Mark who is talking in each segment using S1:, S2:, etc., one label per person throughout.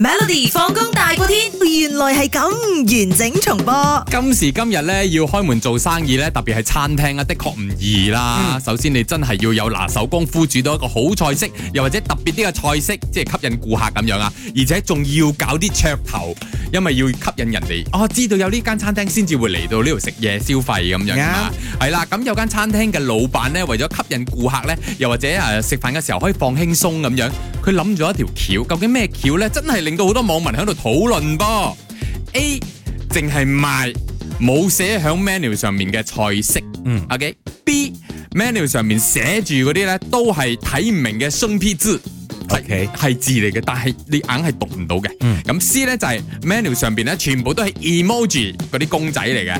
S1: Melody 放工大過天，原來係咁完整重播。
S2: 今時今日咧，要開門做生意咧，特別係餐廳啊，的確唔易啦。首先你真係要有拿手功夫，煮到一個好菜式，又或者特別啲嘅菜式，即係吸引顧客咁樣啊。而且仲要搞啲噱頭，因為要吸引人哋哦，知道有呢間餐廳先至會嚟到呢度食嘢消費咁樣㗎嘛。係啦，咁有間餐廳嘅老闆咧，為咗吸引顧客咧，又或者誒食飯嘅時候可以放輕鬆咁樣，佢諗咗一條橋，究竟咩橋咧？真係令到好多網民喺度討論噃。A 淨係賣冇寫喺 menu 上面嘅菜式，
S3: 嗯
S2: ，OK。B menu 上面寫住嗰啲咧，都係睇唔明嘅生僻字。
S3: OK
S2: 係字嚟嘅，但係你硬係讀唔到嘅。咁、
S3: 嗯
S2: C 咧就係、menu 上邊咧，全部都係 emoji 嗰啲公仔嚟嘅。咁、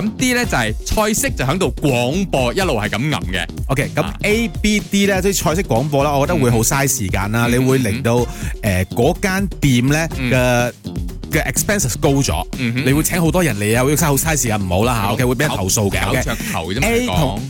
S3: 嗯
S2: D 咧就係、菜式就喺度廣播，一路係咁吟嘅。
S3: OK，咁
S2: 啊
S3: A、B、D 咧，即係菜式廣播啦，我覺得會好嘥時間啦，
S2: 嗯
S3: 你會令到誒呃嗰間店咧
S2: 嗯
S3: 嘅嘅 expenses 高咗，
S2: 嗯哼嗯
S3: 你會請好多人嚟啊，會嘥好嘥時間，唔好啦嚇，OK 會俾人投訴嘅
S2: 搞
S3: OK
S2: 噱頭啫嘛
S3: A
S2: 講
S3: 同。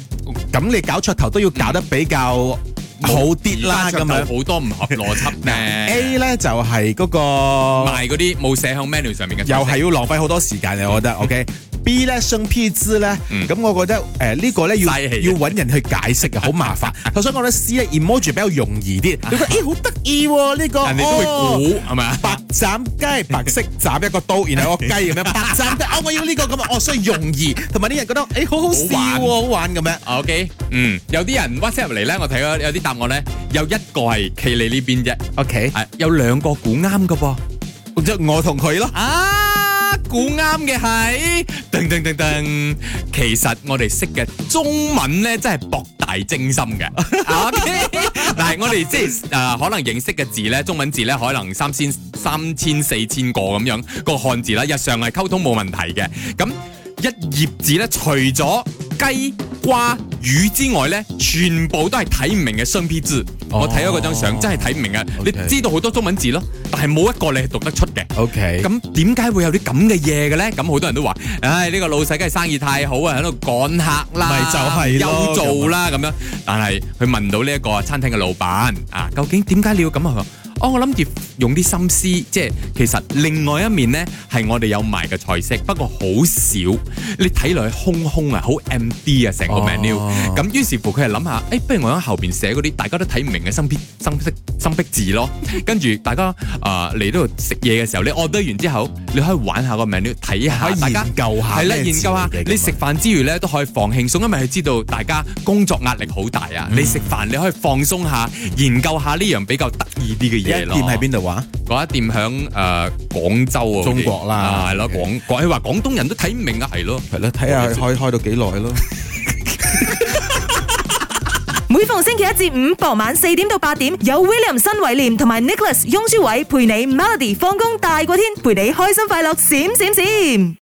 S3: 咁你搞噱頭都要搞得比較好啲
S2: 而
S3: 啦，咁
S2: 家噱
S3: 樣
S2: 頭好多唔合邏輯
S3: A
S2: 咧。
S3: 咧就係嗰個
S2: 賣嗰啲冇寫喺 menu 上面嘅菜式，
S3: 又係要浪費好多時間嘅，我覺得 OK。B 咧生 P 之咧
S2: 嗯，
S3: 咁我覺得誒呢個咧要
S2: 嘥氣嘅
S3: 要揾人去解釋嘅，啊好麻 煩。頭先講咧 C 咧 emoji 比較容易啲，你覺得誒好得意喎呢個，
S2: 人哋都
S3: 哦
S2: 會估係咪啊？
S3: 白斬雞，白色斬一個刀，然後個雞 咁樣白斬雞，哦我要呢個咁啊，哦所以容易，同埋啲人覺得誒好好
S2: 好
S3: 笑
S2: 玩
S3: 喎，好玩咁樣。
S2: OK，嗯，有啲人 WhatsApp 入嚟咧，我睇咗有啲答案咧，有一個係企你呢邊啫，
S3: OK，
S2: 係有兩個估啱噶噃。
S3: 即係我同佢咯。
S2: 啊，估啱嘅係，噔噔噔噔，其實我哋識嘅中文咧，真係博大精深嘅。OK，但係我哋即係誒、呃可能認識嘅字咧，中文字咧，可能三千三千四千個咁樣個漢字啦，日常係溝通冇問題嘅。咁一頁字咧，除咗雞、瓜、魚之外咧，全部都係睇唔明嘅生僻字。
S3: 哦
S2: 我睇咗嗰張相，真係睇唔明啊！你
S3: OK
S2: 知道好多中文字咯，但係冇一個你係讀得出嘅。
S3: OK，
S2: 咁點解會有啲咁嘅嘢嘅咧？咁好多人都話：，唉，呢個老細梗係生意太好啊，喺度趕客啦，
S3: 咪就係
S2: 休
S3: 咯
S2: 做啦咁樣。但係佢問到呢一個餐廳嘅老闆啊，究竟點解你要咁啊？佢話哦，我諗住用啲心思，即係其實另外一面呢，係我哋有賣嘅菜式，不過好少。你睇落去空空啊，好 MD 啊，成個
S3: 哦
S2: menu。咁於是乎佢係諗下，誒、不如我喺後邊寫嗰啲大家都睇唔明嘅生僻生僻生僻字咯。跟住大家啊嚟呢度食嘢嘅時候，你 order 完之後，你可以玩下個 menu，睇下
S3: 可以
S2: 大家
S3: 研究下
S2: 係啦，
S3: 咩字
S2: 研究下
S3: 嚟嘅。
S2: 你食飯之餘咧都可以放輕鬆，因為佢知道大家工作壓力好大啊。
S3: 嗯
S2: 你食飯你可以放鬆下，研究下呢樣比較得意啲嘅
S3: 一
S2: 嘢
S3: 店
S2: 咯。
S3: 喺邊度啊話？
S2: 嗰一店響誒廣州啊，好似
S3: 中國啦
S2: 啊係咯，廣廣佢話廣東人都睇唔明啊，係咯。
S3: 係咯，睇下開開到幾耐咯。
S1: 每逢星期一至五傍晚四點到八點，有 William 新偉廉同埋 Nicholas 雍舒偉陪你 Melody 放工大過天，陪你開心快樂閃閃閃。